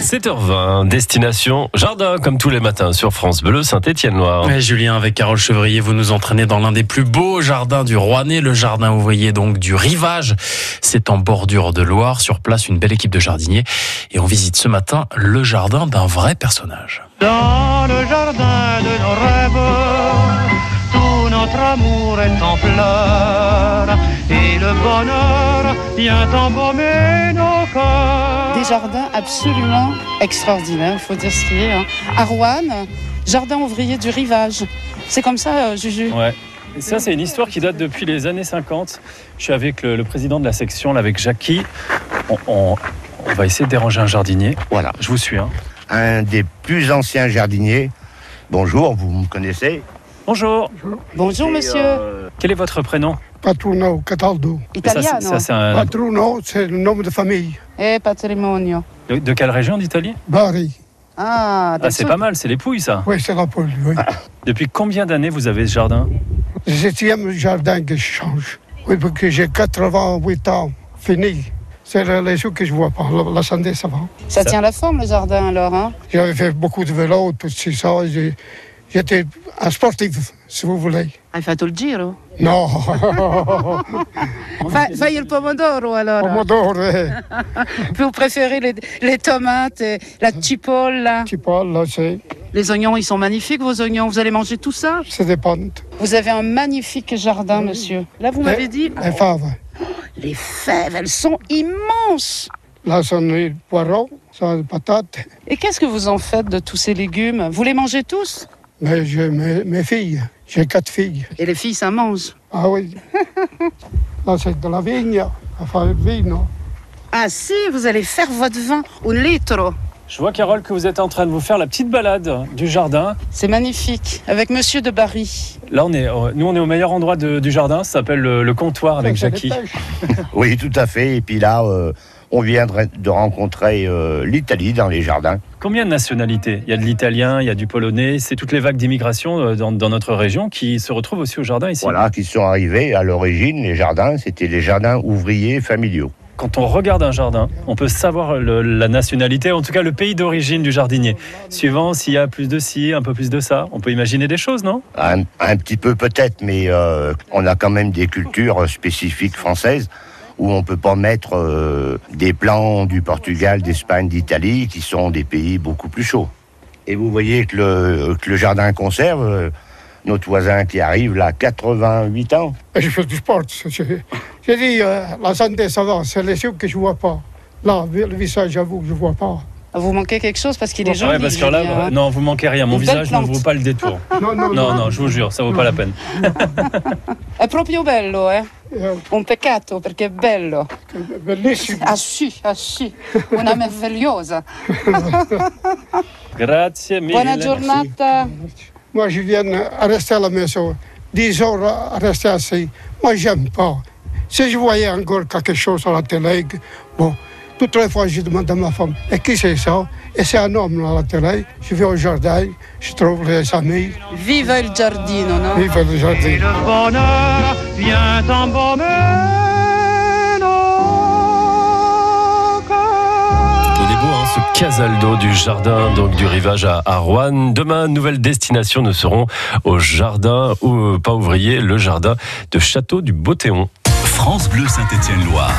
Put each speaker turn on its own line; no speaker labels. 7h20, destination jardin, comme tous les matins sur France Bleu, Saint-Étienne-Noir.
Ouais, Julien, avec Carole Chevrier, vous nous entraînez dans l'un des plus beaux jardins du Rouennais, le jardin, vous voyez donc, du rivage. C'est en bordure de Loire, sur place, une belle équipe de jardiniers. Et on visite ce matin le jardin d'un vrai personnage.
Dans le jardin de nos rêves, tout notre amour est en fleurs et le bonheur vient embaumer nos corps.
Des jardins absolument extraordinaires, il faut dire ce qu'il est. hein. À Roanne, jardin ouvrier du rivage. C'est comme ça, euh, Juju
Ouais. Et ça, c'est une histoire qui date depuis les années 50. Je suis avec le, le président de la section, là, avec Jackie. On, on- on va essayer de déranger un jardinier.
Voilà,
Je vous suis. hein.
un des plus anciens jardiniers. Bonjour, vous me connaissez
Bonjour.
Bonjour,
Et,
monsieur.
euh,
Quel est votre prénom
Patruno Cataldo.
Et ça,
Italiano.
c'est- ça, c'est un-
Patruno, c'est le nom de famille.
Eh, patrimonio.
de, de quelle région d'Italie
Bari.
Ah,
Ah, c'est
del
pas mal, c'est les Pouilles, ça.
Oui, c'est la poule, oui.
Depuis combien d'années vous avez ce jardin
Le septième jardin que je change. Oui, parce que j'ai 88 ans. Fini. C'est la- les choses que je vois pas. La, la santé, ça va.
Sud. Ça tient la forme, le jardin, alors. Hein
J'avais fait beaucoup de vélo, tout c'est ça. J'ai- J'étais un sportif, si vous voulez.
Hai fatto Ah, il giro
Non,
Fa- Fai il pomodoro, alors.
Pomodoro, eh.
Vous préférez les, les tomates, et la cipolla.
tu parles, là, c'est
Les oignons, ils sont magnifiques, vos oignons. Vous allez manger tout ça
c'est des pentes,
Vous avez un magnifique jardin, monsieur. Là, vous
Eh.
m'avez dit,
des faves.
les fèves, elles sont immenses.
Là, sont les poireaux, sont les patates.
Et qu'est-ce que vous en faites de tous ces légumes Vous les mangez tous
Mais j'ai mes, mes filles, j'ai quatre filles.
Et les filles, ça mange.
Ah oui. Là, c'est de la vigne, à faire le vino.
Ah si, vous allez faire votre vin au litro.
Je vois, Carole, que vous êtes en train de vous faire la petite balade du jardin.
C'est magnifique. Avec monsieur de Barry.
Là, on est, euh, nous, on est au meilleur endroit de- du jardin. Ça s'appelle le, le comptoir avec
Ça, c'est
Jackie.
des pêches.
Oui, tout à fait. Et puis là, euh, on vient de, de rencontrer euh, l'Italie dans les jardins.
Combien de nationalités Il y a de l'italien, il y a du polonais, c'est toutes les vagues d'immigration euh, dans, dans notre région qui se retrouvent aussi au jardin ici.
Voilà, qui sont arrivés à l'origine. Les jardins, c'était les jardins ouvriers familiaux.
Quand on regarde un jardin, on peut savoir le- la nationalité, en tout cas le pays d'origine du jardinier. Suivant s'il y a plus de ci, un peu plus de ça, on peut imaginer des choses, non
Un, un petit peu peut-être, mais euh, on a quand même des cultures spécifiques françaises où on peut pas mettre euh, des plants du Portugal, d'Espagne, d'Italie, qui sont des pays beaucoup plus chauds. Et vous voyez que le, que le jardin conserve euh, notre voisin qui arrive là, 88 ans.
Et Je fais du sport. ça, J'ai j'ai dit, euh, la santé, ça va, c'est les yeux que je vois pas. Là, le visage, j'avoue, je vois pas.
Ah, Vous manquez quelque chose parce qu'il est joli.
Ouais, parce que là,
Julien, hein.
non, vous manquez rien. Mon
Une belle
visage ne
plante.
vaut pas le détour.
Non, non,
Non, non, je vous jure, ça vaut pas la peine.
È proprio bello, eh
Euh,
Un peccato, perché è bello.
bellissimo.
Ah si, ah si. Una meravigliosa.
Grazie mille.
Buona giornata.
Moi, je viens à rester à la maison, 10 heures à rester assis. Moi, j'aime pas. Si je voyais encore quelque chose à la télé, bon, toutes les fois, je demande à ma femme, et qui c'est ça Et c'est un homme à la télé. Je vais au jardin, je trouve les amis,
Viva il giardino, no?
ils font le
Et
jardin.
le bonheur vient embaumer nos corps.
Il est beau, hein, ce Casaldo du jardin, donc du rivage à, à Rouen. Demain, nouvelle destination, nous serons au jardin, euh, ou pas ouvrier, le jardin de Château du Beautéon.
France Bleu Saint-Étienne-Loire.